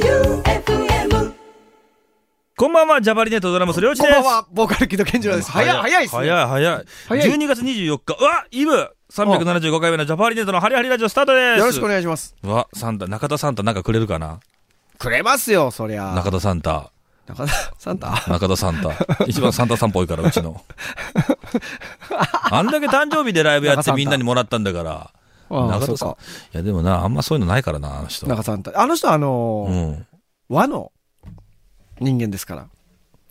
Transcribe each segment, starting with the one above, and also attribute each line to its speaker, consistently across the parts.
Speaker 1: J-O-E-U-F-M
Speaker 2: こんばんは、ジャパリネットドラムス、りょうち
Speaker 3: こ
Speaker 2: で
Speaker 3: ん
Speaker 2: す。
Speaker 3: ばんは、ボーカル木戸健二郎です。早い、早いですね。
Speaker 2: 早い、早い。
Speaker 3: 早い
Speaker 2: 12月24日、うわイブ !375 回目のジャパリネットのハリハリラジオスタートです。
Speaker 3: よろしくお
Speaker 2: い
Speaker 3: 願いします。
Speaker 2: うわ、サンタ、中田サンタなんかくれるかな
Speaker 3: くれますよ、そりゃ。
Speaker 2: 中田サンタ、
Speaker 3: 中田サンタ
Speaker 2: 中田サンタ。一番サンタさんっぽいから、うち の。あんだけ誕生日でライブやっ
Speaker 3: 中田サ
Speaker 2: て
Speaker 3: ンタ
Speaker 2: みんなにもらったんだから。
Speaker 3: ああ、
Speaker 2: 中
Speaker 3: そう
Speaker 2: 田さん。い
Speaker 3: か。
Speaker 2: や、でもな、あんまそういうのないからな、あの人。
Speaker 3: 中田サンタ。あの人はあの
Speaker 2: う
Speaker 3: ー
Speaker 2: ん。
Speaker 3: 和の人間ですから。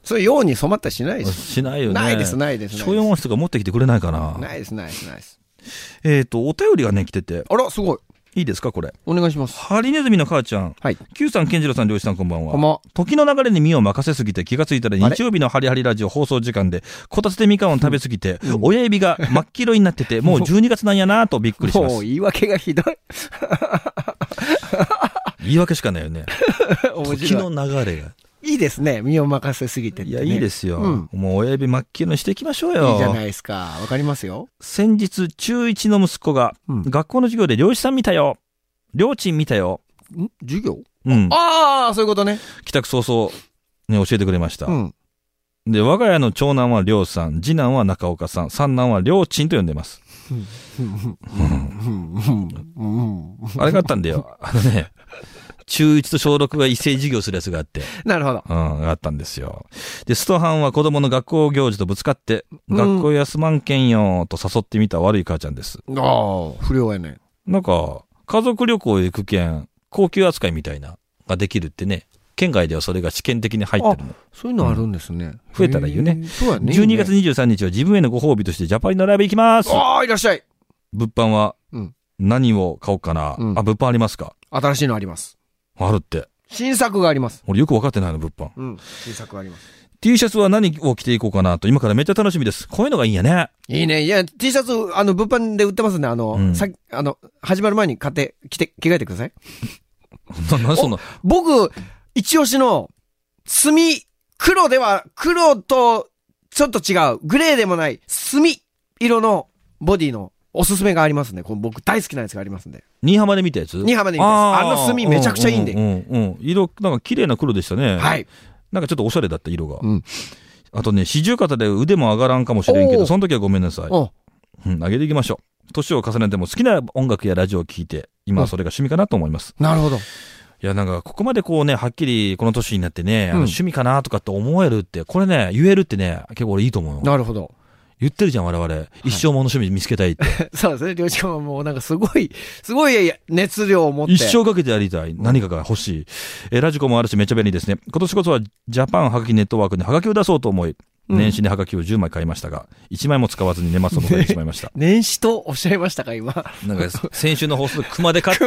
Speaker 3: そういうように染まったりしないです。
Speaker 2: しないよね。
Speaker 3: ないです、ないです。
Speaker 2: 小4音とか持ってきてくれないかな。
Speaker 3: ないです、ないです、ないです。
Speaker 2: えっと、お便りがね、来てて。
Speaker 3: あら、すごい。
Speaker 2: いいですか、これ。
Speaker 3: お願いします。
Speaker 2: ハリネズミの母ちゃん。
Speaker 3: はい。
Speaker 2: Q さん、健次郎さん、漁師さん、こんばんは。
Speaker 3: こんばんは
Speaker 2: 時の流れに身を任せすぎて気がついたら日曜日のハリハリラジオ放送時間で、こたつでみかんを食べすぎて、親指が真っ黄色になって て、もう12月なんやなぁとびっくりしま
Speaker 3: もう
Speaker 2: す。
Speaker 3: 言い訳がひどい。
Speaker 2: 言い訳しかないよね。
Speaker 3: 面
Speaker 2: 時
Speaker 3: 白
Speaker 2: の
Speaker 3: い。
Speaker 2: 流れが。
Speaker 3: いいですね。身を任せすぎてって
Speaker 2: い
Speaker 3: ね、
Speaker 2: や、いいですよ。
Speaker 3: うん
Speaker 2: もう親指真っ黄色にしていきましょうよ。
Speaker 3: いいじゃないですか。わかりますよ。
Speaker 2: 先日、中1の息子が、
Speaker 3: うん
Speaker 2: 学校の授業で漁師さん見たよ。漁親見たよ。
Speaker 3: ん授業
Speaker 2: うん。
Speaker 3: ああ、そういうことね。
Speaker 2: 帰宅早々、ね、教えてくれました。
Speaker 3: うん。
Speaker 2: で、我が家の長男はりょうさん、次男は中岡さん、三男はりょうちんと呼んでます。あれがあったんだよ。あのね、中1と小6が一斉授業するやつがあって、
Speaker 3: なるほど。
Speaker 2: うん、があったんですよ。で、ストハンは子供の学校行事とぶつかって、
Speaker 3: うん
Speaker 2: 学校休まんけんよ、と誘ってみた悪い母ちゃんです。
Speaker 3: ああ、不良やね。
Speaker 2: なんか、家族旅行へ行くけん、高級扱いみたいな、ができるってね、県外ではそれが試験的に入ってるの。
Speaker 3: そういうのあるんですね。
Speaker 2: 増えたらいいよね
Speaker 3: へえそうやね。
Speaker 2: 12月23日は自分へのご褒美としてジャパニのライブ行きます
Speaker 3: ああ、いらっしゃい。
Speaker 2: 物販は
Speaker 3: うん、
Speaker 2: 何を買おうかな、
Speaker 3: うん
Speaker 2: あ、物販ありますか
Speaker 3: 新しいのあります。
Speaker 2: あるって。
Speaker 3: 新作があります。
Speaker 2: 俺よく分かってないの、物販。
Speaker 3: うん。新作があります。
Speaker 2: T シャツは何を着ていこうかなと、今からめっちゃ楽しみです。こういうのがいいんやね。
Speaker 3: いいね。いや、T シャツ、あの、物販で売ってますんで、あの、
Speaker 2: うん
Speaker 3: さあの、始まる前に買って、着て、着替えてください。
Speaker 2: な、な、そんな。
Speaker 3: 僕、一押しの、墨、黒では、黒と、ちょっと違う、グレーでもない、墨色のボディのおすすめがありますんで、この僕大好きなやつがありますんで。
Speaker 2: 新浜で見たやつ
Speaker 3: 新浜で見たやつあの墨めちゃくちゃいいんで
Speaker 2: うんうんうん、うん色、なんか綺麗な黒でしたね。
Speaker 3: はい。
Speaker 2: なんかちょっとおしゃれだった、色が。
Speaker 3: うん
Speaker 2: あとね、四十肩で腕も上がらんかもしれんけ
Speaker 3: お
Speaker 2: ど、
Speaker 3: ー
Speaker 2: その時はごめんなさい。
Speaker 3: お
Speaker 2: うん、上げていきましょう。年を重ねても好きな音楽やラジオを聴いて、今はそれが趣味かなと思います。
Speaker 3: なるほど。
Speaker 2: いや、なんか、ここまでこうね、はっきりこの年になってね、あの
Speaker 3: うん
Speaker 2: 趣味かなとかって思えるって、これね、言えるってね、結構俺いいと思うよ。
Speaker 3: なるほど。
Speaker 2: 言ってるじゃん、我々。一生もの趣味見つけたいって。
Speaker 3: そうですね。りょうちゃんはもうなんかすごい、 すごい熱量を持って。
Speaker 2: 一生かけてやりたい。何かが欲しい。えーラジコもあるし、めっちゃ便利ですね。今年こそは、ジャパンはがきネットワークにはがきを出そうと思い、
Speaker 3: うん
Speaker 2: 年始にはがきを10枚買いましたが、1枚も使わずに寝ますと迎えてしまいました。
Speaker 3: 年始とおっしゃいましたか、今。
Speaker 2: なん か、先週の放送で熊で買って、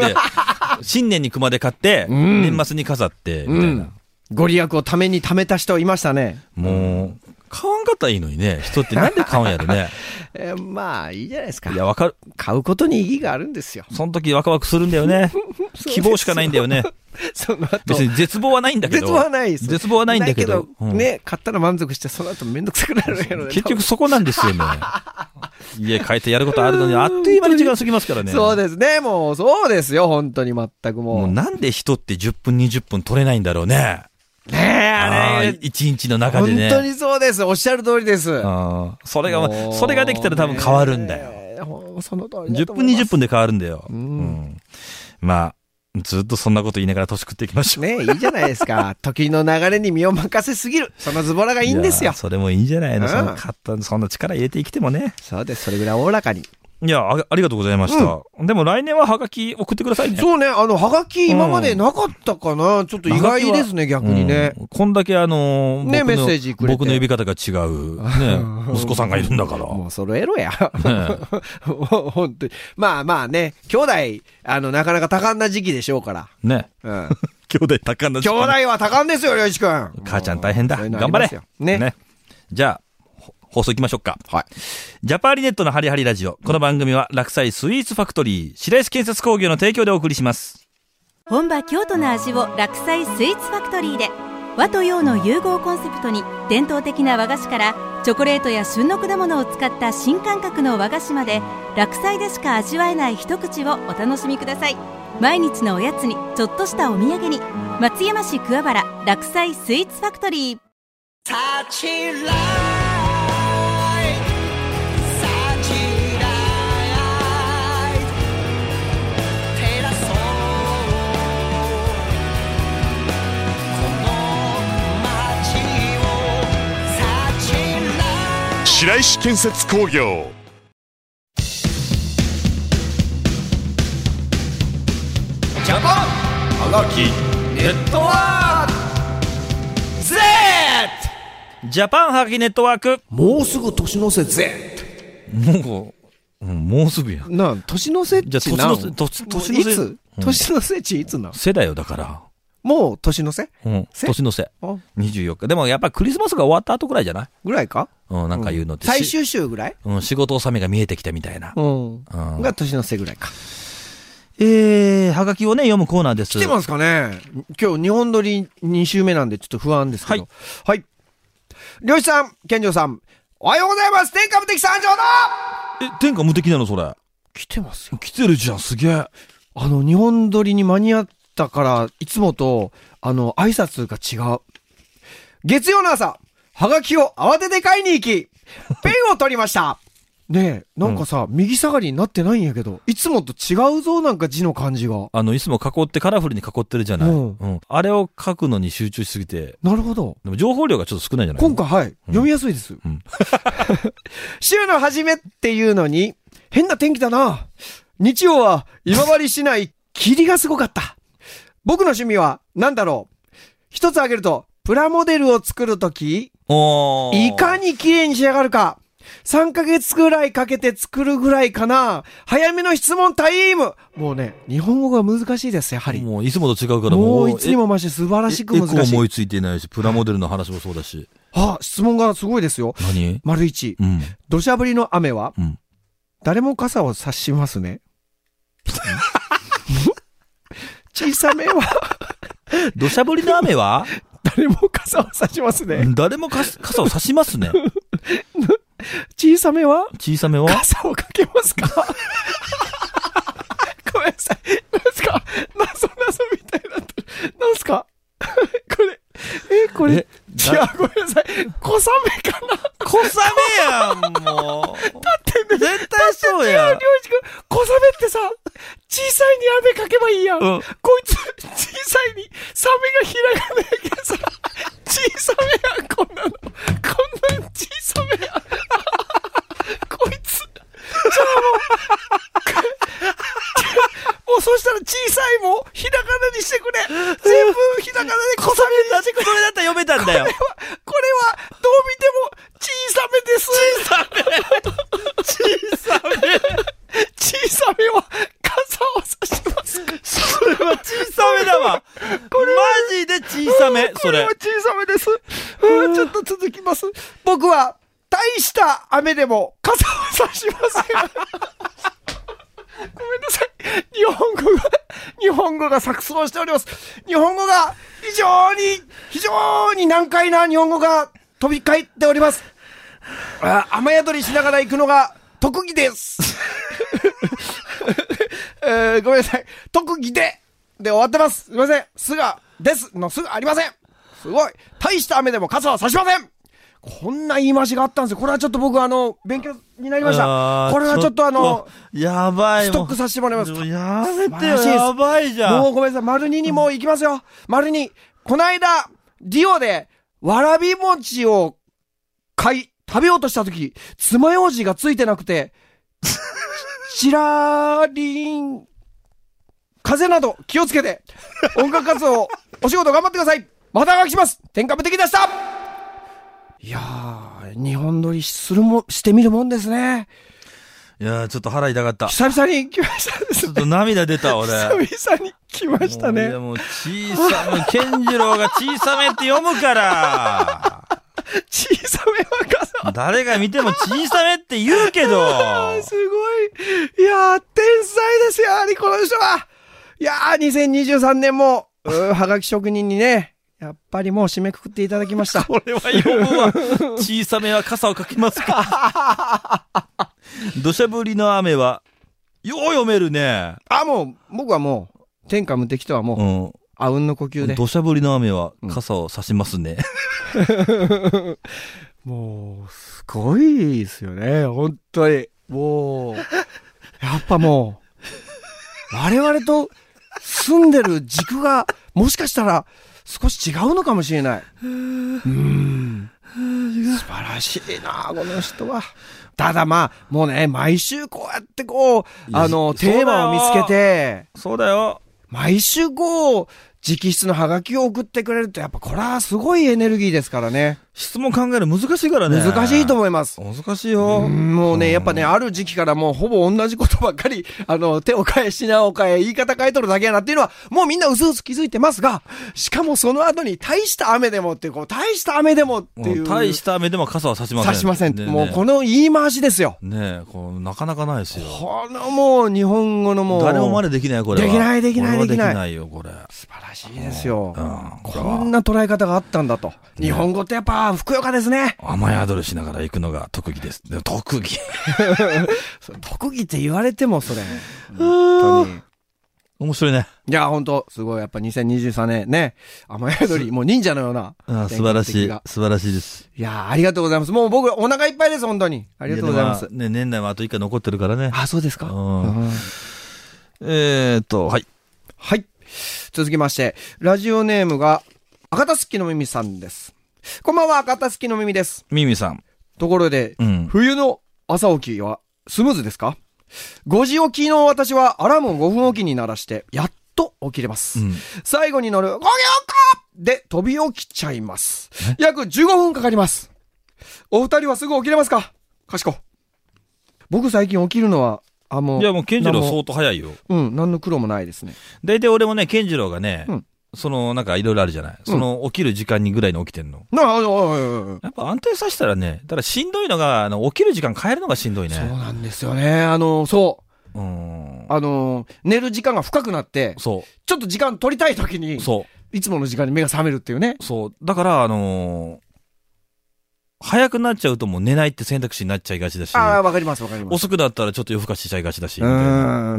Speaker 2: 新年に熊で買って、
Speaker 3: ん
Speaker 2: 年末に飾って、みたいな。
Speaker 3: ご利益をために貯めた人いましたね。
Speaker 2: もう、買わんかったらいいのにね。人ってなんで買うんやろ ね。
Speaker 3: えーまあ、いいじゃないですか
Speaker 2: い。や、わかる。
Speaker 3: 買うことに意義があるんですよ。
Speaker 2: その時ワクワクするんだよ ね。希望しかないんだよね。
Speaker 3: その後。
Speaker 2: 別に絶望はないんだけど。
Speaker 3: 絶望はないです。
Speaker 2: 絶望はないんだけど。うん
Speaker 3: ね、買ったら満足して、その後めんどくさくなるやろ ね。
Speaker 2: 結局そこなんです よね。家変えてやることあるのに、あっという間に時間過ぎますから
Speaker 3: 多分
Speaker 2: ね。
Speaker 3: そうですね、もう、そうですよ、本当に全くも
Speaker 2: も
Speaker 3: う。
Speaker 2: う
Speaker 3: ね
Speaker 2: なんで人って10分20分取れないんだろうね。
Speaker 3: え、あれ
Speaker 2: 1、日の中
Speaker 3: 本
Speaker 2: でね。
Speaker 3: 当にそうです。おっしゃる通りです。
Speaker 2: あーそれ
Speaker 3: も
Speaker 2: が、
Speaker 3: う
Speaker 2: それができたら多分変わるんだよ。
Speaker 3: ねえ。ほんその通りだ
Speaker 2: 10
Speaker 3: と
Speaker 2: 分
Speaker 3: 思います
Speaker 2: 20分で変わるんだよ。うんん。まあ、ずっとそんなこと言いながら年食っていきましょう。
Speaker 3: ねえいいじゃないです か。時の流れに身を任せすぎる。そのズボラがいいんです
Speaker 2: や
Speaker 3: よ
Speaker 2: ー。それもいいんじゃないの。その
Speaker 3: うん
Speaker 2: 買ったそんな力入れて生きてもね。
Speaker 3: そうです。それぐらいおおらかに。
Speaker 2: いやあ、ありがとうございました。でも来年はハガキ送ってくださいね。
Speaker 3: そうね、あの、はがき今までなかったかな。ちょっと意外ですね、逆にね。
Speaker 2: うんこんだけあのー
Speaker 3: ね
Speaker 2: 僕の
Speaker 3: メッセージくれて
Speaker 2: 僕の呼び方が違う、 ね、息子さんがいるんだから。
Speaker 3: もう揃えろや。
Speaker 2: ね
Speaker 3: もう 本当に。まあまあね、兄弟、あの、なかなか多感な時期でしょうから。
Speaker 2: ね。
Speaker 3: うん。
Speaker 2: 兄弟高んだ
Speaker 3: 兄弟は多感ですよ、りょういち くん。
Speaker 2: 母ちゃん大変だ。
Speaker 3: そういうのあ
Speaker 2: 頑張
Speaker 3: りま
Speaker 2: れ
Speaker 3: すよ。ね
Speaker 2: じゃあ、ほ放送行きましょうか。
Speaker 3: はい。
Speaker 2: ジャパーリネットのハリハリラジオ。この番組は、落栽スイーツファクトリー、白石建設工業の提供でお送りします。
Speaker 4: 本場京都の味を落菜スイーツファクトリーで和と洋の融合をコンセプトに伝統的な和菓子からチョコレートや旬の果物を使った新感覚の和菓子まで落菜でしか味わえない一口をお楽しみください毎日のおやつにちょっとしたお土産に松山市桑原落栽スイーツファクトリー
Speaker 5: 白石建設工業
Speaker 3: ジャパンはがきネットワーク Z
Speaker 2: ジャパンハガキネットワーク。
Speaker 3: もうすぐ年の瀬 Z
Speaker 2: もう、うんもうすぐや。
Speaker 3: なあ年の瀬っち
Speaker 2: じゃあ、年
Speaker 3: な
Speaker 2: の
Speaker 3: ん
Speaker 2: せ、年
Speaker 3: もう
Speaker 2: 年のせ、
Speaker 3: いつ、
Speaker 2: ん
Speaker 3: 年の瀬ちいつな
Speaker 2: せだよ、だから。
Speaker 3: もう年の瀬
Speaker 2: うん、
Speaker 3: せ
Speaker 2: 年の瀬。
Speaker 3: あ
Speaker 2: 24日。でもやっぱクリスマスが終わった後くらいじゃない
Speaker 3: ぐらいか
Speaker 2: うん、なんか言うのって。
Speaker 3: 最終週ぐらい
Speaker 2: うん、仕事納めが見えてきたみたいな。
Speaker 3: うん
Speaker 2: うん
Speaker 3: が年の瀬ぐらいか
Speaker 2: えー、はがきをね、読むコーナーです。
Speaker 3: 来てますかね今日日本撮り2週目なんでちょっと不安ですけど。はい。漁師さん、健常さん、おはようございます天下無敵三条だ
Speaker 2: え、天下無敵なのそれ。
Speaker 3: 来てますよ。
Speaker 2: 来てるじゃん、すげえ。
Speaker 3: あの、日本撮りに間に合ったから、いつもと、あの、挨拶が違う。月曜の朝、はがきを慌てて買いに行 き、ペンを取りましたねえ、なんかさ、右下がりになってないんやけど、いつもと違うぞ、なんか字の感じが。
Speaker 2: あの、いつも囲ってカラフルに囲ってるじゃない。
Speaker 3: う
Speaker 2: うんん。あれを書くのに集中しすぎて、
Speaker 3: なるほど。
Speaker 2: でも情報量がちょっと少ないじゃない
Speaker 3: 今回、はい、読みやすいです。
Speaker 2: うん
Speaker 3: 週の初めっていうのに、変な天気だな。日曜は今治市内、霧がすごかった。僕の趣味は何だろう。一つ挙げると、プラモデルを作るとき、
Speaker 2: おー
Speaker 3: いかに綺麗に仕上がるか。3ヶ月ぐらいかけて作るぐらいかな。早めの質問タイムもうね、日本語が難しいです、やはり。
Speaker 2: もう、いつもと違うから
Speaker 3: もういつに
Speaker 2: も
Speaker 3: も増して素晴ら
Speaker 2: え
Speaker 3: しく難
Speaker 2: エコ
Speaker 3: し
Speaker 2: 思
Speaker 3: い。
Speaker 2: いついていないし、プラモデルの話もそうだし。
Speaker 3: あ、質問がすごいですよ。
Speaker 2: 何
Speaker 3: 丸一。
Speaker 2: うん。
Speaker 3: 土砂降りの雨は、
Speaker 2: うん
Speaker 3: 誰も傘を差しますね。小さめ は、
Speaker 2: 土砂降りの雨 は
Speaker 3: 誰も傘を差しますね。
Speaker 2: 誰もかす傘を差します ね。
Speaker 3: 小さめは、
Speaker 2: 小さめは
Speaker 3: 傘をかけますかごめんなさい。何すか謎謎みたいになってる。何すかこれ、え、これ、違う
Speaker 2: え、
Speaker 3: ごめんなさい。小雨かな
Speaker 2: 小雨やん、 もう。だってね。絶対そう
Speaker 3: 違
Speaker 2: や
Speaker 3: う、りょうじくん、小雨ってさ、小さいに雨かけばいいやん。
Speaker 2: うん
Speaker 3: こいつ、小さいに、サメが開かないけどさ、小さめやん、こんなの。こんなん小さめやん。こいつ、じゃあもう、もうそしたら小さいも、ひらがなにしてくれ。全部ひらがなで小雨にしてくれ。
Speaker 2: これだったら読めたんだよ。
Speaker 3: これは、どう見ても、小さめです。小さめ。小さめ。小さめは、傘を差しますか
Speaker 2: それは小さめだわ。これマジで小さめ、そ
Speaker 3: これ
Speaker 2: れ
Speaker 3: は。小さめです。うんちょっと続きます。僕は、大した雨でも、傘を差しません。ごめんなさい。日本語が、日本語が錯綜しております。日本語が、非常に、非常に難解な日本語が飛び交っております。あ雨宿りしながら行くのが特技です。 えーごめんなさい。特技で、で終わってます。すいません。すが、ですのすがありません。すごい。大した雨でも傘は差しません。こんな言い回しがあったんですよ。これはちょっと僕、あの、勉強になりました。これはちょっとあの、、
Speaker 2: やばい。
Speaker 3: ストックさせてもらいます
Speaker 2: もうやめて
Speaker 3: 素晴らしいで
Speaker 2: よ、
Speaker 3: す
Speaker 2: やばいじゃ。
Speaker 3: もうんごめんなさい。丸二にもう行きますよ。丸二。この間、ディオで、わらび餅を買い、食べようとしたとき、爪楊枝がついてなくて、 チラリン、風邪など気をつけて、音楽活動、お仕事頑張ってください。またお会いします。天下無敵でしたいやー、日本撮りするも、してみるもんですね。
Speaker 2: いやー、ちょっと腹痛かった。ち
Speaker 3: 久々に来ましたです
Speaker 2: ょっ
Speaker 3: ね。
Speaker 2: と涙出 た、俺。
Speaker 3: 久々に来ました
Speaker 2: もう
Speaker 3: ね
Speaker 2: いや、。もう小さめ、ケンジロウが小さめって読むから。
Speaker 3: 小さめ若さ。
Speaker 2: 誰が見ても小さめって言うけ ど。
Speaker 3: すごい。いやー、天才ですよ、やはりこの人は。いやー、2023年も、うーはがき職人にね、やっぱりもう締めくくっていただきま した。
Speaker 2: これは読むわ。小さめは傘をかけますか。 土砂降りの雨は、よう読めるね。
Speaker 3: あ、もう、僕はもう、天下無敵とはもう、
Speaker 2: うん。
Speaker 3: あうんの呼吸で。
Speaker 2: 土砂降りの雨は傘を差しますね。
Speaker 3: もう、すごいですよね。本当に。もう、やっぱもう、我々と住んでる軸が、もしかしたら少し違うのかもしれない。うーん。素晴らしいな、この人は。ただまあ、もうね、毎週こうやってこう、あの、
Speaker 2: そうだよ
Speaker 3: テーマを見つけて、
Speaker 2: そうだよ。
Speaker 3: 毎週こう、直筆のハガキを送ってくれるって、やっぱこれはすごいエネルギーですからね。
Speaker 2: 質問考えるの難しいからね。
Speaker 3: 難しいと思います。
Speaker 2: 難しいよ。
Speaker 3: うんもうね、やっぱね、ある時期からもうほぼ同じことばっかり、あの、手を変え、品を変え、言い方変えとるだけやなっていうのは、もうみんなうすうす気づいてますが、しかもその後に、大した雨でもっていう、こう、大した雨でもっていう。
Speaker 2: 大した雨でも傘は差しません。
Speaker 3: さしません。
Speaker 2: ね
Speaker 3: もうこの言い回しですよ。
Speaker 2: ねえ、こう、なかなかないですよ。
Speaker 3: このもう日本語のもう。
Speaker 2: 誰も真似できない、これは。
Speaker 3: できないできな
Speaker 2: こ
Speaker 3: い
Speaker 2: れはで
Speaker 3: でき
Speaker 2: き
Speaker 3: ない
Speaker 2: ないよ、これ。
Speaker 3: 素晴らしいですよ。
Speaker 2: うん
Speaker 3: こんな捉え方があったんだと。日本語ってやっぱ、ふくよかですね。
Speaker 2: 雨宿りしながら行くのが特技です。でも特技。
Speaker 3: それ特技って言われても、それ。本当に。
Speaker 2: 面白いね。
Speaker 3: いや、本当すごい。やっぱ2023年ね、雨宿り、もう忍者のような。
Speaker 2: あ素晴らし
Speaker 3: 天気
Speaker 2: い
Speaker 3: が。
Speaker 2: 素晴らしいです。
Speaker 3: いや、ありがとうございます。もう僕、お腹いっぱいです、本当に。あ
Speaker 2: あ
Speaker 3: りがとうございます。
Speaker 2: ね、年内はあと一回残ってるからね。
Speaker 3: あ、そうですか。
Speaker 2: うん
Speaker 3: うん
Speaker 2: えーっと、はい。
Speaker 3: はい。続きまして、ラジオネームが、赤たすきの耳さんです。こんばんは、赤たすきの耳です。
Speaker 2: ミミさん。
Speaker 3: ところで、
Speaker 2: うん。
Speaker 3: 冬の朝起きはスムーズですか ?5 時起きの私はアラームを5分おきに鳴らして、やっと起きれます。
Speaker 2: うん
Speaker 3: 最後に乗る5秒かで飛び起きちゃいます。約15分かかります。お二人はすぐ起きれますかかしこ。僕最近起きるのは、あ、もう。
Speaker 2: いや、もう、健次郎
Speaker 3: なんも
Speaker 2: 相当早いよ。
Speaker 3: うん、何の苦労もないですね。
Speaker 2: 大体俺もね、健次郎がね
Speaker 3: うん、
Speaker 2: その、なんかいろいろあるじゃない。その、起きる時間にぐらいに起きてんの。
Speaker 3: なあ、おいおいおいおい
Speaker 2: やっぱ安定させたらね、ただしんどいのが、あの、起きる時間変えるのがしんどい
Speaker 3: そう
Speaker 2: ね。
Speaker 3: なんですよね。あの、そう
Speaker 2: ーん
Speaker 3: う。。あの、寝る時間が深くなって、
Speaker 2: そ
Speaker 3: ちょっと時間取りたい時に
Speaker 2: う。、そ
Speaker 3: いつもの時間に目が覚めるっていうね。
Speaker 2: う。そう。だから、あのー早くなっちゃうともう寝ないって選択肢になっちゃいがちだし、
Speaker 3: ああ、わかりますわかります。
Speaker 2: 遅くなったらちょっと夜更かししちゃいがちだし、
Speaker 3: う
Speaker 2: みたい
Speaker 3: ーん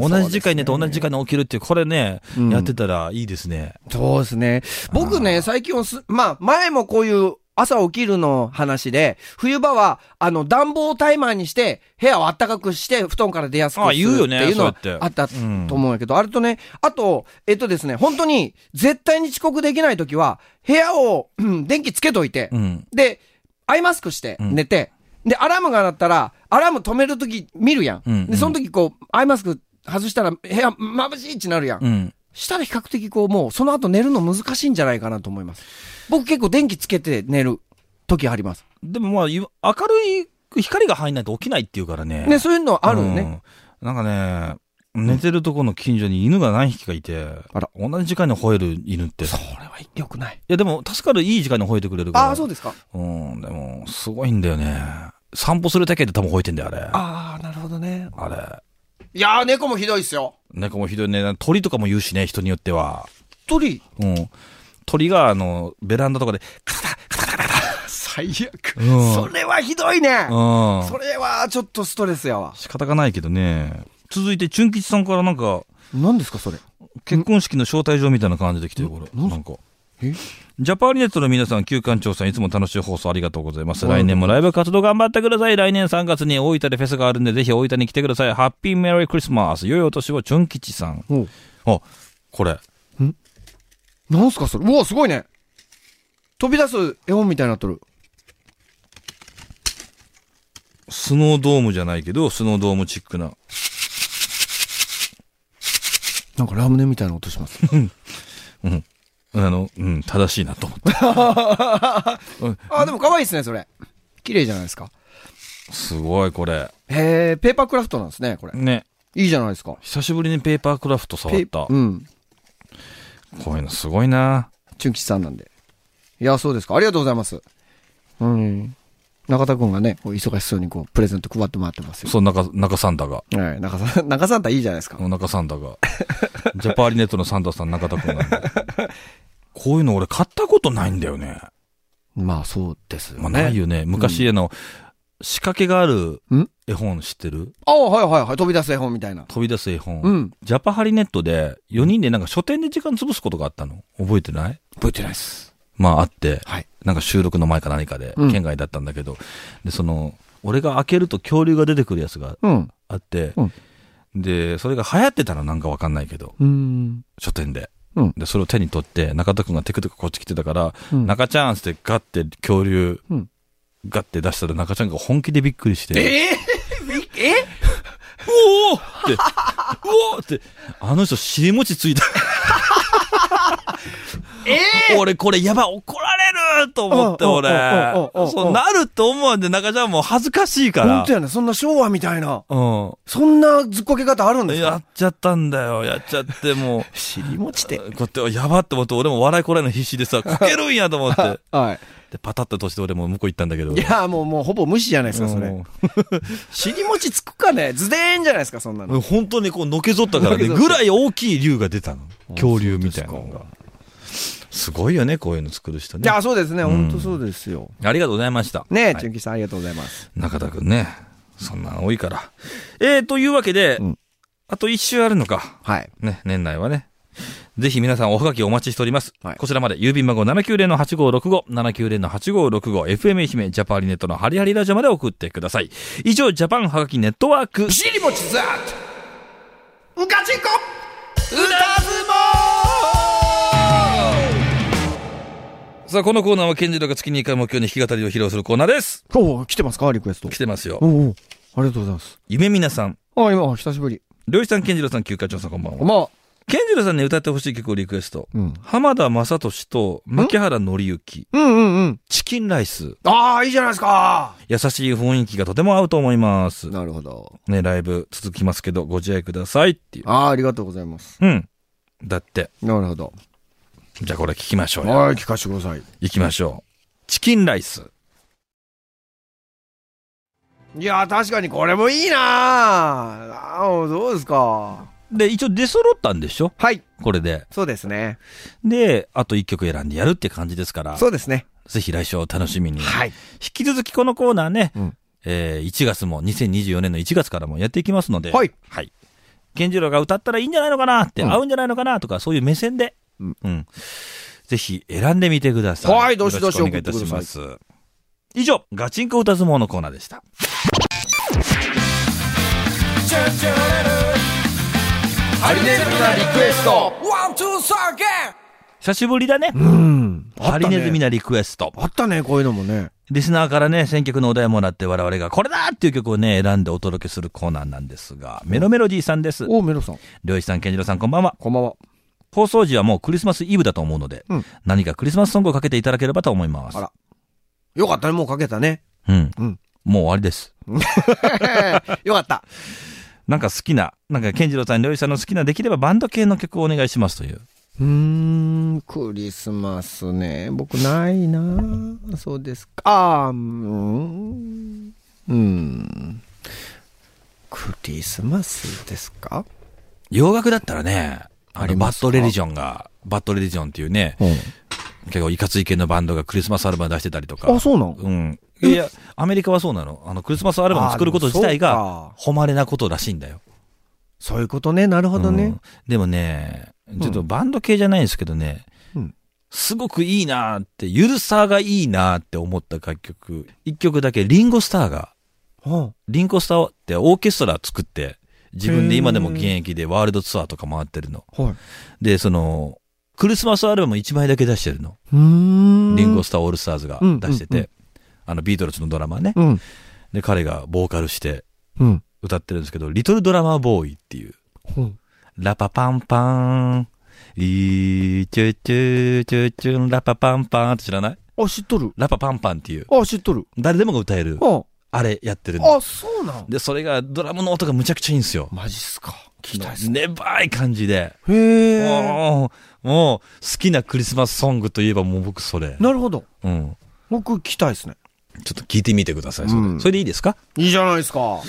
Speaker 2: な同
Speaker 3: そうですね
Speaker 2: じ時間に寝て同じ時間に起きるっていう、これね、
Speaker 3: うん
Speaker 2: やってたらいいですね。
Speaker 3: そうですね。僕ね、最近はす、まあ、前もこういう朝起きるの話で、冬場は、あの、暖房をタイマーにして、部屋を暖かくして、布団から出やすくする
Speaker 2: あ
Speaker 3: って
Speaker 2: 言うよね
Speaker 3: いうのは
Speaker 2: そうやって
Speaker 3: あったと
Speaker 2: うん
Speaker 3: 思うんやけど、あれとね、あと、えっとですね、本当に、絶対に遅刻できないときは、部屋を、うん電気つけといて、
Speaker 2: うん。
Speaker 3: で、アイマスクして
Speaker 2: うん
Speaker 3: 寝て、で、アラームが鳴ったら、アラーム止めるとき見るやん。
Speaker 2: うんうん
Speaker 3: で、その時こう、アイマスク外したら、部屋眩しいってなるやん
Speaker 2: うん。
Speaker 3: したら比較的こう、もうその後寝るの難しいんじゃないかなと思います。僕結構電気つけて寝る時あります。
Speaker 2: でもまあ、ゆ明るい光が入んないと起きないっていうからね。
Speaker 3: ね、そういうのあるよね。
Speaker 2: うん。なんかね、寝てるとこの近所に犬が何匹かいて、
Speaker 3: あら
Speaker 2: 同じ時間に吠える犬って。い
Speaker 3: それは良くない。
Speaker 2: やでも、助かるいい時間に吠えてくれるから。
Speaker 3: ああ、そうですか。
Speaker 2: うん、でも、すごいんだよね。散歩するだけで多分吠えてんだよ、あれ。あ
Speaker 3: ああ、なるほどね。
Speaker 2: れ。
Speaker 3: いやー、猫もひどいっすよ。
Speaker 2: 猫もひどいね。鳥とかも言うしね、人によっては。
Speaker 3: 鳥、
Speaker 2: うん。鳥が、あの、ベランダとかで、
Speaker 3: 最悪。
Speaker 2: うん
Speaker 3: それはひどいね。
Speaker 2: うん。
Speaker 3: それはちょっとストレスやわ。
Speaker 2: 仕方がないけどね。続いて、チュン吉さんからなんか、
Speaker 3: 何ですか、それ。
Speaker 2: 結婚式の招待状みたいな感じで来てる、これ。なんか。
Speaker 3: え
Speaker 2: ジャパーリネットの皆さん、旧館長さん、いつも楽しい放送ありがとうございます。来年もライブ活動頑張ってください。来年3月に大分でフェスがあるんで、ぜひ大分に来てください。ハッピーメリークリスマス。良いお年を、チュン吉さん。
Speaker 3: おう
Speaker 2: あ、これ。
Speaker 3: 何すか、それ。うわ、すごいね。飛び出す絵本みたいになっとる。
Speaker 2: スノードームじゃないけど、スノードームチックな。
Speaker 3: なんかラムネみたいな音します。
Speaker 2: あの、うん、正しいなと思って。
Speaker 3: あ、でも可愛いですね、それ。綺麗じゃないですか。
Speaker 2: すごい、これ。
Speaker 3: へえ、ペーパークラフトなんですね、これ。
Speaker 2: ね。
Speaker 3: いいじゃないですか。
Speaker 2: 久しぶりにペーパークラフト触
Speaker 3: ペ
Speaker 2: った。こ
Speaker 3: うん。
Speaker 2: ういうのすごいな。
Speaker 3: 純吉さんなんで。いや、そうですか。ありがとうございます。うん。中田くんがね、こう忙しそうにこう、プレゼント配ってもらってますよ。
Speaker 2: そう、中、中サンダが。
Speaker 3: はい。中さん、 中さんたいいじゃないですか。
Speaker 2: 中サンダが。 ジャパーリネットのサンダさん、中田くんなんで。こういうの俺買ったことないんだよね。
Speaker 3: まあ、そうですよ
Speaker 2: まあ、
Speaker 3: ね。
Speaker 2: ないよね。昔、あの、仕掛けがある
Speaker 3: ん
Speaker 2: 絵本知ってる
Speaker 3: ああ、はいはいはい。飛び出す絵本みたいな。
Speaker 2: 飛び出す絵本。
Speaker 3: うん
Speaker 2: ジャパハリネットで4人でなんか書店で時間潰すことがあったの。覚えてない
Speaker 3: 覚えてないです。
Speaker 2: まああって、
Speaker 3: はい
Speaker 2: なんか収録の前か何かで、
Speaker 3: うん
Speaker 2: 県外だったんだけど、で、その、俺が開けると恐竜が出てくるやつが
Speaker 3: うん。
Speaker 2: あって、
Speaker 3: うん
Speaker 2: で、それが流行ってたのなんかわかんないけど、
Speaker 3: うん。
Speaker 2: 書店で。
Speaker 3: うん
Speaker 2: で、それを手に取って、中田くんがテクテクこっち来てたから、
Speaker 3: うん
Speaker 2: 中ちゃんっつってガッて恐竜、
Speaker 3: うん
Speaker 2: ガッて出したら中ちゃんが本気でびっくりして、
Speaker 3: えええ
Speaker 2: おおって、うおーって、あの人尻餅ついた。え俺これやばい怒られると思って
Speaker 3: うん
Speaker 2: 俺
Speaker 3: うんうんうんうんうん
Speaker 2: そうなると思うんで中ちゃんもう恥ずかしいか
Speaker 3: 本
Speaker 2: ら
Speaker 3: 当やね。そんな昭和みたいな。
Speaker 2: う
Speaker 3: そんなずっこけ方あるんで
Speaker 2: ん
Speaker 3: す
Speaker 2: や
Speaker 3: か
Speaker 2: っちゃったんだよやっちゃってもう
Speaker 3: 尻餅で
Speaker 2: こうやってやばって思って俺も笑いこらえるの必死でさこけるんやと思って
Speaker 3: は
Speaker 2: でパタッと閉じて俺も向こう行ったんだけど
Speaker 3: い。いや、もう、もうほぼ無視じゃないですか、それ。尻餅つくかねズデーンじゃないですか、そんな
Speaker 2: もう
Speaker 3: の。
Speaker 2: 本当にこうのけぞったからね
Speaker 3: のけぞった
Speaker 2: ぐらい大きい竜が出たの恐竜みたいなのがすごいよねこういうの作る人
Speaker 3: い
Speaker 2: ね
Speaker 3: や、そうですね。
Speaker 2: ん
Speaker 3: 本当そうですよ。
Speaker 2: ありがとうございました
Speaker 3: ね
Speaker 2: は
Speaker 3: え、
Speaker 2: い
Speaker 3: 純喜さんありがとうございます。
Speaker 2: 中田くんねそんなの多いからえー、というわけで、
Speaker 3: うん
Speaker 2: あと一週あるのか
Speaker 3: はい。
Speaker 2: ね年内はねぜひ皆さんおはがきお待ちしております。
Speaker 3: はい
Speaker 2: こちらまで郵便番号790-8565、790-8565、FM 愛媛、ジャパーリネットのハリハリラジオまで送ってください。以上、ジャパンはがきネットワーク。
Speaker 3: 尻餅ザーッうかちこ
Speaker 2: さあ、このコーナーは健次郎が月に1回目標に弾き語りを披露するコーナーです。
Speaker 3: おお、来てますかリクエスト
Speaker 2: 来。てますよ
Speaker 3: お。お、ありがとうございます。
Speaker 2: 夢みなさん。
Speaker 3: あ、今、久しぶり。
Speaker 2: 漁師さん、健次郎さん、休暇長さん、こんばん
Speaker 3: こん
Speaker 2: は。
Speaker 3: ばんは。
Speaker 2: 健次郎さんに歌ってほしい曲をリクエスト。
Speaker 3: うん。
Speaker 2: 浜田雅俊と牧原紀之。
Speaker 3: うんうんうん。
Speaker 2: チキンライス。
Speaker 3: ああ、いいじゃないですか。
Speaker 2: 優しい雰囲気がとても合うと思います。
Speaker 3: なるほど。
Speaker 2: ね、ライブ続きますけど、ご自愛くださいっていう。
Speaker 3: ああ、ありがとうございます。
Speaker 2: うん。だって。
Speaker 3: なるほど。
Speaker 2: じゃあこれ聞きましょうよ。
Speaker 3: はい、聞かせてください。
Speaker 2: 行きましょう。チキンライス。
Speaker 3: いやー、確かにこれもいいなーあーどうですか。
Speaker 2: で、一応出揃ったんでしょ
Speaker 3: はい、
Speaker 2: これで。
Speaker 3: そうですね。
Speaker 2: で、あと一曲選んでやるって感じですから、
Speaker 3: そうですね。
Speaker 2: ぜひ来週を楽しみに。
Speaker 3: はい。
Speaker 2: 引き続きこのコーナーね、
Speaker 3: うん
Speaker 2: えー1月も、2024年の1月からもやっていきますので、
Speaker 3: はい。
Speaker 2: はい。健次郎が歌ったらいいんじゃないのかなって、
Speaker 3: うん
Speaker 2: 合うんじゃないのかなとか、そういう目線で、う
Speaker 3: うんん。
Speaker 2: ぜひ選んでみてください。
Speaker 3: はいどしどし
Speaker 2: よろくお願いいたします。以上、ガチンコ歌相撲のコーナーでした。
Speaker 3: ハリネズミなリクエスト。
Speaker 2: 久しぶりだね。
Speaker 3: うん。
Speaker 2: ハリネズミ
Speaker 3: な。
Speaker 2: なリクエスト。
Speaker 3: あったね、こういうのもね。
Speaker 2: リスナーからね、選曲のお題をもらって我々がこれだっていう曲をね、選んでお届けするコーナーなんですが、メロメロディーさんです。
Speaker 3: おお、メロさん。
Speaker 2: 漁師さん、健次郎さん、こんばんは。
Speaker 3: こんばんは。
Speaker 2: 放送時はもうクリスマスイブだと思うので、
Speaker 3: うん
Speaker 2: 何かクリスマスソングをかけていただければと思います
Speaker 3: あ。らよかったね、もうかけたね。
Speaker 2: うん。
Speaker 3: うん
Speaker 2: もう終わりです。
Speaker 3: よかった。
Speaker 2: なんか好きな、なんか健次郎さん、漁師さんの好きな、できればバンド系の曲をお願いしますという。
Speaker 3: うーん、クリスマスね。僕ないなあそうですか。あーうーん。うーん。クリスマスですか
Speaker 2: 洋楽だったらね、あ
Speaker 3: あ
Speaker 2: の
Speaker 3: り
Speaker 2: バ
Speaker 3: ます
Speaker 2: ッ
Speaker 3: か
Speaker 2: ドレリジョンが、バッドレリジョンっていうね、結構いかつい系のバンドがクリスマスアルバム出してたりとか。
Speaker 3: あ、そうなの
Speaker 2: うん。いや、アメリカはそうなの。あの、クリスマスアルバム作ること自体
Speaker 3: あーでも
Speaker 2: が、誉れなことらしいんだよ。
Speaker 3: そういうことね。なるほど
Speaker 2: う
Speaker 3: ね
Speaker 2: ん。でもね、ちょっとバンド系じゃないんですけどね、
Speaker 3: うん
Speaker 2: すごくいいなーって、ゆるさがいいなーって思った楽曲、一曲だけリンゴスターが、
Speaker 3: は
Speaker 2: リンゴスターってオーケストラ作って、自分で今でも現役でワールドツアーとか回ってるの。
Speaker 3: あはい。
Speaker 2: で、その、クリスマスアルバム1枚だけ出してるの。
Speaker 3: うーん
Speaker 2: リンゴスターオールスターズが
Speaker 3: うん
Speaker 2: 出して
Speaker 3: うんう
Speaker 2: て、あのビートルズのドラマね。
Speaker 3: うん。
Speaker 2: で、彼がボーカルして
Speaker 3: うん。
Speaker 2: 歌ってるんですけど、リトルドラマーボーイっていう、
Speaker 3: うん
Speaker 2: ラパパンパーン。いー、チュチュチュチュン、ラパパンパーンって知らない
Speaker 3: あ、知っとる。
Speaker 2: ラパパンパンっていう、
Speaker 3: あ、知っとる。
Speaker 2: 誰でもが歌える、
Speaker 3: は
Speaker 2: あれやってる
Speaker 3: あ。
Speaker 2: の。
Speaker 3: あ、そうなん。
Speaker 2: で、それが、ドラムの音がむちゃくちゃいいんですよ。
Speaker 3: マジっすか。聞きたいっすね。
Speaker 2: ねばい感じで。
Speaker 3: へえ。
Speaker 2: もう、もう、好きなクリスマスソングといえばもう僕それ。
Speaker 3: なるほど。
Speaker 2: うん。
Speaker 3: 僕聞きたいっすね。
Speaker 2: ちょっと聞いてみてください、それ。
Speaker 3: うん
Speaker 2: それでいいですか
Speaker 3: いいじゃないですか。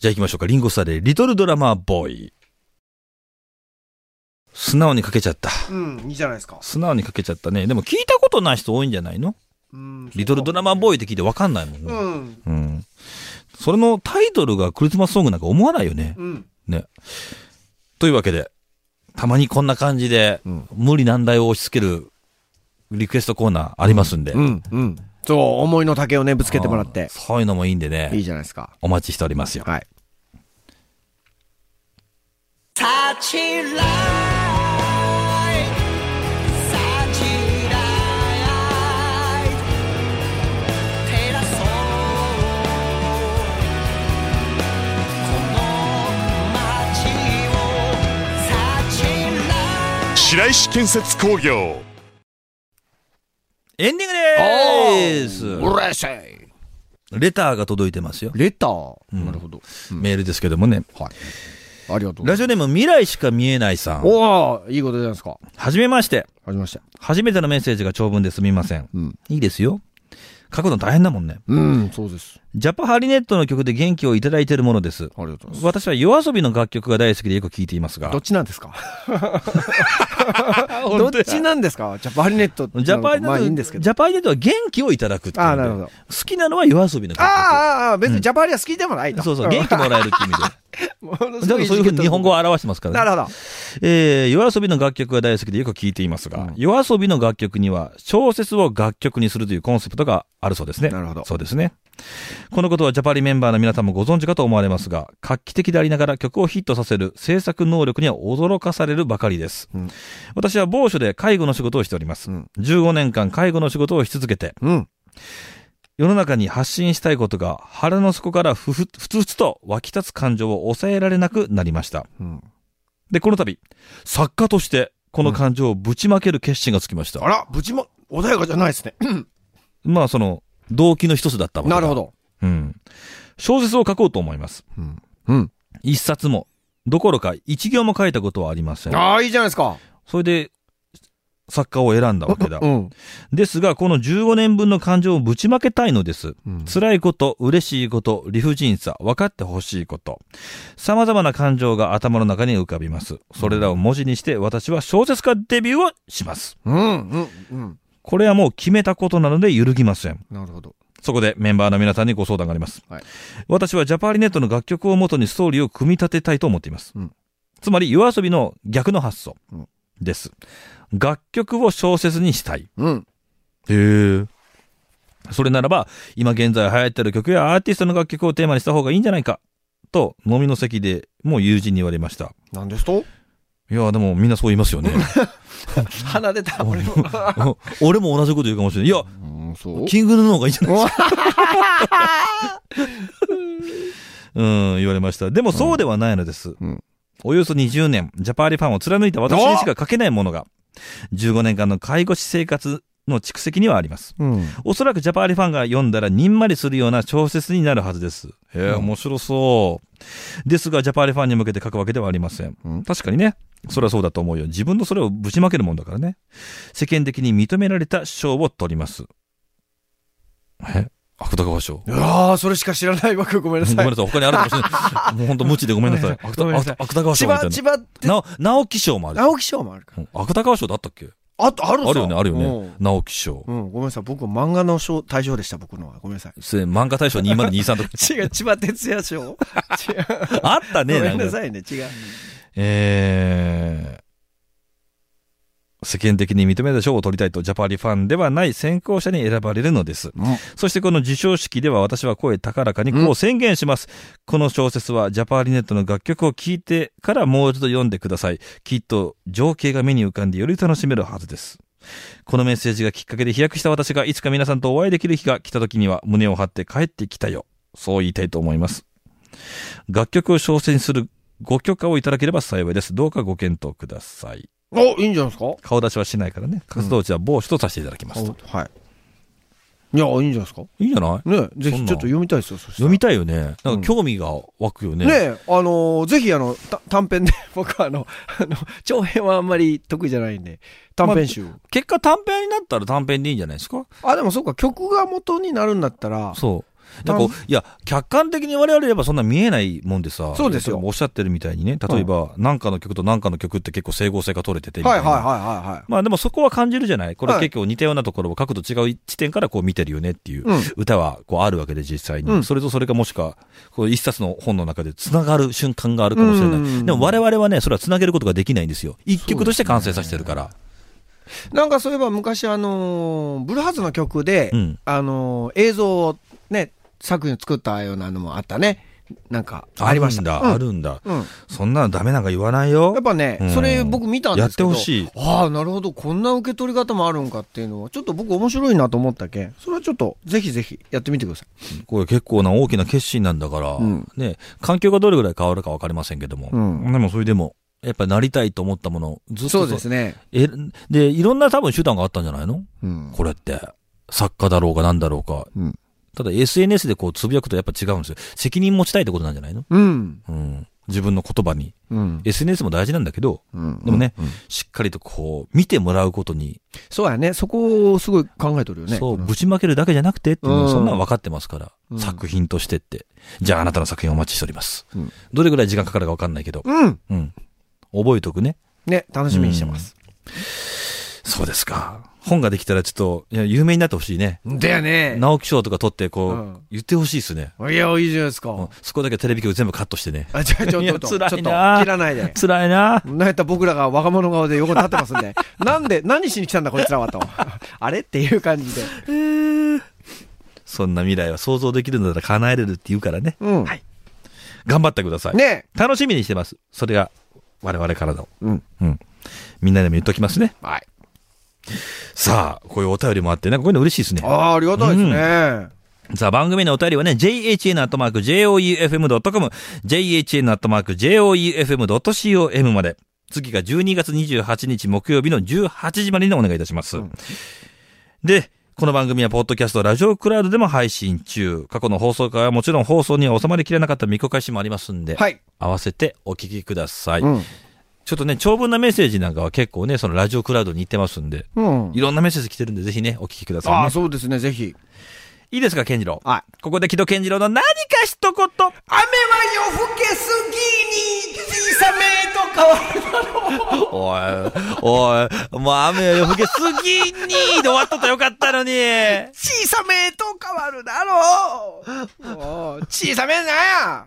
Speaker 2: じゃあ行きましょうか。リンゴスターで、リトルドラマーボーイ。素直にかけちゃった。
Speaker 3: うん、いいじゃないですか。
Speaker 2: 素直にかけちゃったね。でも聞いたことない人多いんじゃないの
Speaker 3: うん
Speaker 2: リトルドラマーボー
Speaker 3: イ。
Speaker 2: イって聞いてわかんないもん
Speaker 3: う
Speaker 2: ね。
Speaker 3: ん。
Speaker 2: うん。それのタイトルがクリスマスソングなんか思わないよね。
Speaker 3: うん。
Speaker 2: ね。というわけで、たまにこんな感じで、
Speaker 3: うん
Speaker 2: 無理難題を押し付けるリクエストコーナーありますんで。
Speaker 3: うん。うん。そう、思いの丈をね、ぶつけてもらっ
Speaker 2: うん
Speaker 3: て。
Speaker 2: そういうのもいいんでね。
Speaker 3: いいじゃないですか。
Speaker 2: お待ちしておりますよ。
Speaker 3: はい。
Speaker 5: 白石建設工業
Speaker 2: エンディングでー
Speaker 3: うれし
Speaker 2: す
Speaker 3: い。
Speaker 2: レターが届いてますよ。
Speaker 3: レター。
Speaker 2: ん
Speaker 3: なるほど。うん
Speaker 2: メールですけどもね。
Speaker 3: はい。ありがとうござ
Speaker 2: ラ
Speaker 3: い
Speaker 2: ジオネーム未来しか見えないさ
Speaker 3: ま
Speaker 2: ん
Speaker 3: す。。おおいいことじゃないですか。
Speaker 2: はじめまして。
Speaker 3: ありました。
Speaker 2: 初めてのメッセージが長文ですみません。
Speaker 3: うん。
Speaker 2: いいですよ。書くの大変だもんね。
Speaker 3: うん、そうです。
Speaker 2: ジャパハリネットの曲で元気をいただいているものです。
Speaker 3: ありがとうございます。
Speaker 2: 私は夜遊びの楽曲が大好きでよく聴いていますが
Speaker 3: どっ、ちなん ですかどっちなんですかジャパリネットって
Speaker 2: ジャパハリネ
Speaker 3: まあいいんで
Speaker 2: ッ
Speaker 3: す
Speaker 2: ト、
Speaker 3: け
Speaker 2: ジ
Speaker 3: ど。
Speaker 2: ャパハリネットは元気をいただくっていう
Speaker 3: あ
Speaker 2: ので
Speaker 3: あ、なるほど。あ
Speaker 2: 好きなのは夜遊びの楽曲。
Speaker 3: あ、ああ、別
Speaker 2: う
Speaker 3: に
Speaker 2: ん
Speaker 3: ジャパリは好きでもないと。
Speaker 2: そうそう、元気もらえるっていう意味で。
Speaker 3: もの
Speaker 2: だ
Speaker 3: す
Speaker 2: か
Speaker 3: ご
Speaker 2: ら
Speaker 3: い
Speaker 2: そういうふうに日本語を表してますからね
Speaker 3: なるほど。
Speaker 2: えー、夜遊びの楽曲が大好きでよく聴いていますが、
Speaker 3: うん
Speaker 2: 夜遊びの楽曲には小説を楽曲にするというコンセプトがあるそうですね。
Speaker 3: なるほど
Speaker 2: そうですね。このことはジャパリメンバーの皆さんもご存知かと思われますが、画期的でありながら曲をヒットさせる制作能力には驚かされるばかりです。
Speaker 3: うん
Speaker 2: 私は某所で介護の仕事をしております。
Speaker 3: うん
Speaker 2: 15年間介護の仕事をし続けて、
Speaker 3: うん。
Speaker 2: 世の中に発信したいことが腹の底からふふふつふつと湧き立つ感情を抑えられなくなりました。
Speaker 3: うん。
Speaker 2: で、この度、作家として、この感情をぶちまける決心がつきました。
Speaker 3: あら、無事も穏やかじゃないですね。
Speaker 2: まあ、その、動機の一つだったわけだ
Speaker 3: なるほ。ど。
Speaker 2: うん。小説を書こうと思います。
Speaker 3: うん。うん。
Speaker 2: 一冊も、どころか一行も書いたことはありません。
Speaker 3: ああ、いいじゃないですか。
Speaker 2: それで、作家を選んだわけだ。
Speaker 3: うん。
Speaker 2: ですが、この15年分の感情をぶちまけたいのです。
Speaker 3: うん
Speaker 2: 辛いこと、嬉しいこと、理不尽さ、分かってほしいこと。様々な感情が頭の中に浮かびます。それらを文字にして、私は小説家デビューをします。
Speaker 3: うん。うん。うん。
Speaker 2: これはもう決めたことなので揺るぎません。
Speaker 3: なるほど。
Speaker 2: そこでメンバーの皆さんにご相談があります。
Speaker 3: はい
Speaker 2: 私はジャパーリネットの楽曲をもとにストーリーを組み立てたいと思っています。
Speaker 3: うん
Speaker 2: つまり夜遊びの逆の発想
Speaker 3: うん
Speaker 2: です。楽曲を小説にしたい。
Speaker 3: うん。
Speaker 2: へえ。それならば、今現在流行ってる曲やアーティストの楽曲をテーマにした方がいいんじゃないか。と、飲みの席でもう友人に言われました。
Speaker 3: なんですと
Speaker 2: いやーでもみんなそう言いますよね。
Speaker 3: 鼻出た、俺も。
Speaker 2: 俺も同じこと言うかもしれない。いや、
Speaker 3: うん、そ
Speaker 2: キングルーの方がいいんじゃないですか。 うん、言われました。でもそうではないのです。
Speaker 3: うん
Speaker 2: およそ20年、ジャパーリファンを貫いた私にしか書けないものが、15年間の介護士生活の蓄積にはあります。
Speaker 3: うん。
Speaker 2: おそらくジャパーリファンが読んだらにんまりするような小説になるはずです。へえ、
Speaker 3: うん
Speaker 2: 面白そう。ですが、ジャパーリファンに向けて書くわけではありません。
Speaker 3: うん
Speaker 2: 確かにね。それはそうだと思うよ。自分のそれをぶちまけるもんだからね。世間的に認められた賞を取ります。え芥川賞。
Speaker 3: うわーそれしか知らないわけごめん な
Speaker 2: ご
Speaker 3: さ
Speaker 2: めん
Speaker 3: い
Speaker 2: な。さい。他にあるかもしれ ない。もう本当無知でごめんなさい。
Speaker 3: ごめんなさ
Speaker 2: 芥
Speaker 3: い
Speaker 2: 芥川賞
Speaker 3: 千
Speaker 2: みた
Speaker 3: 葉、
Speaker 2: い
Speaker 3: 千葉って、
Speaker 2: な。な直木賞もある。
Speaker 3: 直木賞もあるから。
Speaker 2: うん芥川賞だったっけ
Speaker 3: あと、あるん
Speaker 2: あ
Speaker 3: す
Speaker 2: るよ
Speaker 3: か
Speaker 2: ね、あるよね。直木賞
Speaker 3: う。ん。うん、ごめんなさい。僕、漫画の賞、対象でした、僕のは。ごめんなさい。
Speaker 2: それ漫画大賞2023とか。
Speaker 3: 違う、千葉哲也賞。違う。
Speaker 2: あったね、
Speaker 3: ごめん
Speaker 2: か
Speaker 3: なさいね、違う。
Speaker 2: えー世間的に認めた賞を取りたいとジャパリファンではない選考者に選ばれるのです。そしてこの授賞式では私は声高らかにこう宣言します。この小説はジャパーリネットの楽曲を聴いてからもう一度読んでください。きっと情景が目に浮かんでより楽しめるはずです。このメッセージがきっかけで飛躍した私がいつか皆さんとお会いできる日が来た時には胸を張って帰ってきたよ。そう言いたいと思います。楽曲を挑戦するご許可をいただければ幸いです。どうかご検討ください。
Speaker 3: お、いいんじゃないですか
Speaker 2: 顔出しはしないからね、活動地は防止とさせていただきますと。
Speaker 3: はい。いや、いいんじゃないですか
Speaker 2: いいんじゃない
Speaker 3: ね
Speaker 2: そ
Speaker 3: ぜひ
Speaker 2: んな
Speaker 3: ちょっと読みたいですよ、そした
Speaker 2: 読
Speaker 3: ら
Speaker 2: みたいよね。な
Speaker 3: うんん
Speaker 2: か興味が湧くよね。
Speaker 3: ねえ、あのーぜひあの、た短編で、 僕はあの、あの、長編はあんまり得意じゃないんで、短編集を。
Speaker 2: 結果短編になったら短編でいいんじゃないですか
Speaker 3: あ、でもそうか、曲が元になるんだったら、
Speaker 2: そなんかこういや、客観的に我々ればそんな見えないもんでさ、
Speaker 3: そうですよ
Speaker 2: 例えばおっしゃってるみたいにね、例えば、なんかの曲となんかの曲って結構整合性が取れててみ
Speaker 3: は
Speaker 2: た
Speaker 3: い
Speaker 2: い
Speaker 3: はい
Speaker 2: な、
Speaker 3: はいはいはい。
Speaker 2: まあでもそこは感じるじゃないこれ
Speaker 3: はい
Speaker 2: 結構似たようなところを角度違う地点からこう見てるよねっていう
Speaker 3: うん
Speaker 2: 歌はこうあるわけで実際に。
Speaker 3: うん
Speaker 2: それとそれがもしか、こう一冊の本の中で繋がる瞬間があるかもしれ
Speaker 3: う
Speaker 2: ない。
Speaker 3: ん
Speaker 2: でも我々はね、それは繋げることができないんですよ。一曲として完成させてるから。
Speaker 3: なんかそういえば昔あのーブルーハーツの曲で、
Speaker 2: うん
Speaker 3: あのー映像をね、作品を作ったようなのもあったね。なんか、ありました。
Speaker 2: あ
Speaker 3: うん
Speaker 2: るんだ、あるんだ。
Speaker 3: うん
Speaker 2: そんなのダメなんか言わないよ
Speaker 3: やっ。ぱね、
Speaker 2: うん
Speaker 3: それ僕見たんですけど。
Speaker 2: やってほしい
Speaker 3: ああ、なるほど。こんな受け取り方もあるんかっていうのは、ちょっと僕面白いなと思ったけん。それはちょっと、ぜひぜひやってみてください。
Speaker 2: これ結構な大きな決心なんだから、
Speaker 3: うん
Speaker 2: ね、環境がどれぐらい変わるかわかりませんけども。
Speaker 3: うん
Speaker 2: でもそれでも、やっぱなりたいと思ったもの、ずっと
Speaker 3: そうですね。
Speaker 2: え、で、いろんな多分手段があったんじゃないの
Speaker 3: うん。
Speaker 2: これって。作家だろうが何だろうか。
Speaker 3: うん
Speaker 2: ただ SNS でこうつぶやくとやっぱ違うんですよ。責任持ちたいってことなんじゃないの
Speaker 3: うん。
Speaker 2: うん。自分の言葉に。
Speaker 3: うん。
Speaker 2: SNS も大事なんだけど、
Speaker 3: うん
Speaker 2: でもね、しっかりとこう、見てもらうことに、
Speaker 3: そうやね。そこをすごい考えとるよね。
Speaker 2: そう、ぶちまけるだけじゃなくてっていうの
Speaker 3: う
Speaker 2: は、
Speaker 3: ん
Speaker 2: そんなの分かってますから、
Speaker 3: うん
Speaker 2: 作品としてって。じゃああなたの作品をお待ちしております。
Speaker 3: うん
Speaker 2: どれぐらい時間かかるか分かんないけど、
Speaker 3: うん。
Speaker 2: うん。覚えとくね。
Speaker 3: ね、楽しみにしてます。
Speaker 2: そうですか。本ができたらちょっと、いや、有名になってほしいね。
Speaker 3: だよね。
Speaker 2: 直木賞とか取って、こう、
Speaker 3: うん
Speaker 2: 言ってほしいですね。
Speaker 3: いや、いいじゃないです
Speaker 2: うん
Speaker 3: か。
Speaker 2: そこだけテレビ局全部カットしてね。
Speaker 3: あ、ちょ、ちょ、
Speaker 2: い
Speaker 3: ち
Speaker 2: や
Speaker 3: ょっと、ちょっ
Speaker 2: 辛
Speaker 3: と、
Speaker 2: い
Speaker 3: 切
Speaker 2: な
Speaker 3: らないで。
Speaker 2: 辛いな
Speaker 3: なんやったら僕らが若者顔で横に立ってますん で。なんで、何しに来たんだこいつらは と。あれっていう感じで。
Speaker 2: そんな未来は想像できるのなら叶えれるって言うからね。
Speaker 3: うん。
Speaker 2: はい頑張ってください。
Speaker 3: ね
Speaker 2: 楽しみにしてます。それが、我々からの。
Speaker 3: うん。
Speaker 2: うん。みんなでも言っときますね。
Speaker 3: はい。
Speaker 2: さあ、こういうお便りもあって、なんかこういうの嬉しいですね。
Speaker 3: ああ、ありがたいですね。
Speaker 2: さあ、番組のお便りはね、jhn.joefm.com、jhn.joefm.com まで。次が12月28日木曜日の18時までにお願いいたします。
Speaker 3: うん
Speaker 2: で、この番組はポッドキャスト、ラジオクラウドでも配信中。過去の放送回はもちろん放送には収まりきれなかった未公開誌もありますんで、
Speaker 3: はい。
Speaker 2: 合わせてお聞きください。
Speaker 3: うん。
Speaker 2: ちょっとね、長文なメッセージなんかは結構ね、そのラジオクラウドに行ってますんで、
Speaker 3: うん
Speaker 2: い。ろんなメッセージ来てるんで、ぜひね、お聞きください、ね。
Speaker 3: ああ、そうですね、ぜひ。
Speaker 2: いいですか、健次郎。
Speaker 3: はい。
Speaker 2: ここで木戸健次郎の何か一言。
Speaker 3: 雨は夜更けすぎに、小さめと変わる。
Speaker 2: おい、おい、もう雨よ夜更けすぎにで終わっとったらよかったのに。
Speaker 3: 小さめと変わるだろう。もう小さめなん や。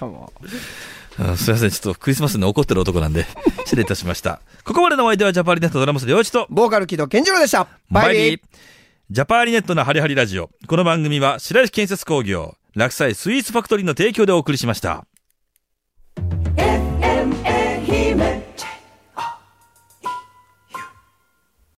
Speaker 3: どうも。
Speaker 2: あすいません、ちょっとクリスマスに怒ってる男なんで、失礼いたしました。ここまでのお相手はジャパーリネットドラムス両一と、
Speaker 3: ボーカル木戸健次郎でした。バイビー。
Speaker 2: ジャパーリネットのハリハリラジオ。この番組は白石建設工業、落栽スイーツファクトリーの提供でお送りしました。
Speaker 1: FM